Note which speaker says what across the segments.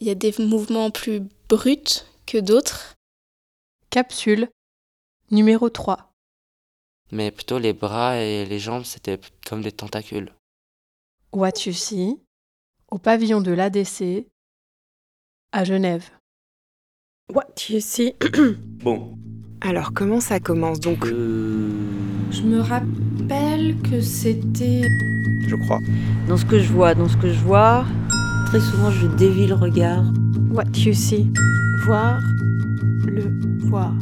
Speaker 1: Il y a des mouvements plus bruts que d'autres.
Speaker 2: Capsule numéro 3.
Speaker 3: Mais plutôt les bras et les jambes, c'était p- comme des tentacules.
Speaker 2: What you see, au pavillon de l'ADC, à Genève.
Speaker 4: What you see.
Speaker 5: Bon.
Speaker 4: Alors comment ça commence donc
Speaker 6: Je me rappelle que c'était.
Speaker 5: Je crois.
Speaker 7: Dans ce que je vois, dans ce que je vois, très souvent je dévie le regard.
Speaker 4: What you see.
Speaker 8: Voir le voir.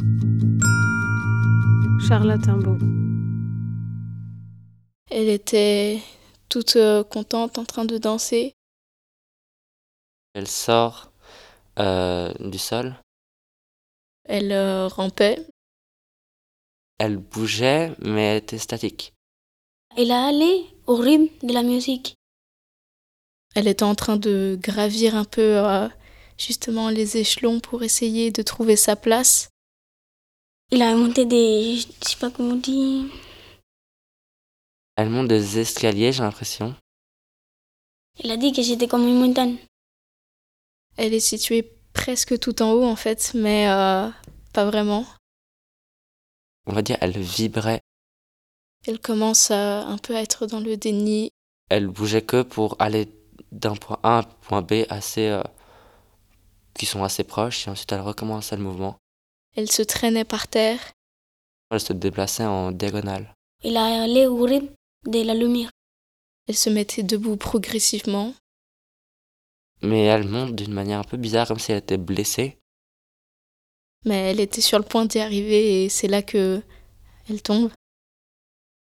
Speaker 8: Charlotte Imbaud.
Speaker 1: Elle était toute euh, contente en train de danser.
Speaker 3: Elle sort euh, du sol,
Speaker 1: Elle euh, rampait.
Speaker 3: elle bougeait, mais elle était statique.
Speaker 9: Elle a allé au rythme de la musique.
Speaker 1: Elle était en train de gravir un peu euh, justement les échelons pour essayer de trouver sa place.
Speaker 9: Il a monté des. Je sais pas comment on dit.
Speaker 3: Elle monte des escaliers, j'ai l'impression.
Speaker 9: Il a dit que j'étais comme une montagne.
Speaker 1: Elle est située presque tout en haut en fait, mais euh, pas vraiment.
Speaker 3: On va dire, elle vibrait.
Speaker 1: Elle commence à- un peu à être dans le déni.
Speaker 3: Elle bougeait que pour aller d'un point A à un point B assez. euh, qui sont assez proches, et ensuite elle recommençait le mouvement.
Speaker 1: Elle se traînait par terre.
Speaker 3: Elle se déplaçait en diagonale.
Speaker 9: Il a allé au rythme de la lumière.
Speaker 1: Elle se mettait debout progressivement.
Speaker 3: Mais elle monte d'une manière un peu bizarre, comme si elle était blessée.
Speaker 1: Mais elle était sur le point d'y arriver et c'est là que elle tombe.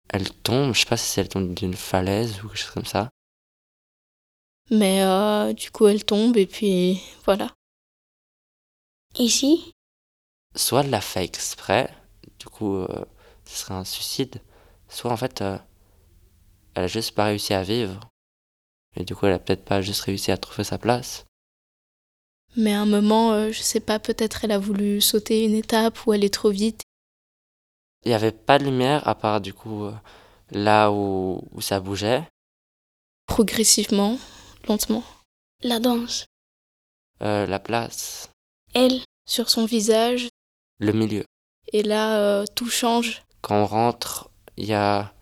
Speaker 3: Elle tombe, je sais pas si elle tombe d'une falaise ou quelque chose comme ça.
Speaker 1: Mais euh, du coup, elle tombe et puis voilà.
Speaker 9: Ici,
Speaker 3: Soit elle l'a fait exprès, du coup euh, ce serait un suicide, soit en fait euh, elle a juste pas réussi à vivre. Et du coup elle a peut-être pas juste réussi à trouver sa place.
Speaker 1: Mais à un moment, euh, je sais pas, peut-être elle a voulu sauter une étape ou aller trop vite.
Speaker 3: Il y avait pas de lumière à part du coup euh, là où, où ça bougeait.
Speaker 1: Progressivement, lentement.
Speaker 9: la danse.
Speaker 3: Euh, la place,
Speaker 9: Elle,
Speaker 1: Sur son visage.
Speaker 3: le milieu.
Speaker 1: Et là, euh, tout change.
Speaker 3: Quand on rentre, il y a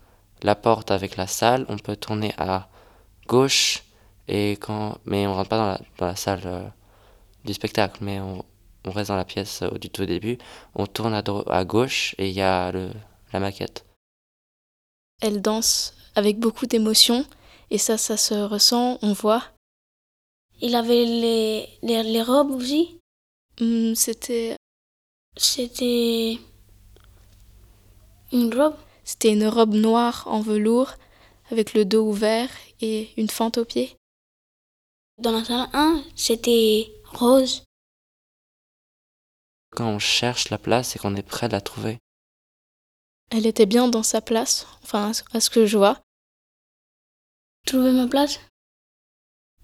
Speaker 3: la porte avec la salle, on peut tourner à gauche, et quand... mais on rentre pas dans la, dans la salle euh, du spectacle, mais on, on reste dans la pièce euh, du tout début, on tourne à, dro- à gauche et il y a le, la maquette.
Speaker 1: Elle danse avec beaucoup d'émotion. Et ça, ça se ressent, on voit.
Speaker 9: il avait les, les, les robes aussi.
Speaker 1: Hum, C'était
Speaker 9: C'était. Une robe.
Speaker 1: c'était une robe noire en velours, avec le dos ouvert et une fente aux pieds.
Speaker 9: Dans la salle 1, c'était rose.
Speaker 3: Quand on cherche la place et qu'on est prêt de la trouver,
Speaker 1: Elle était bien dans sa place, enfin à ce- à ce que je vois,
Speaker 9: Trouver ma place.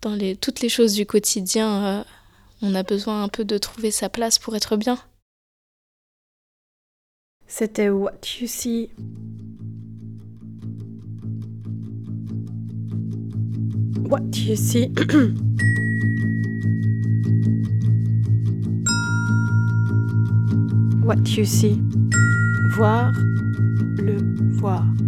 Speaker 1: dans les, toutes les choses du quotidien, euh, on a besoin un peu de trouver sa place pour être bien.
Speaker 8: C'était What You See.
Speaker 4: What you see. What you see.
Speaker 8: Voir le voir.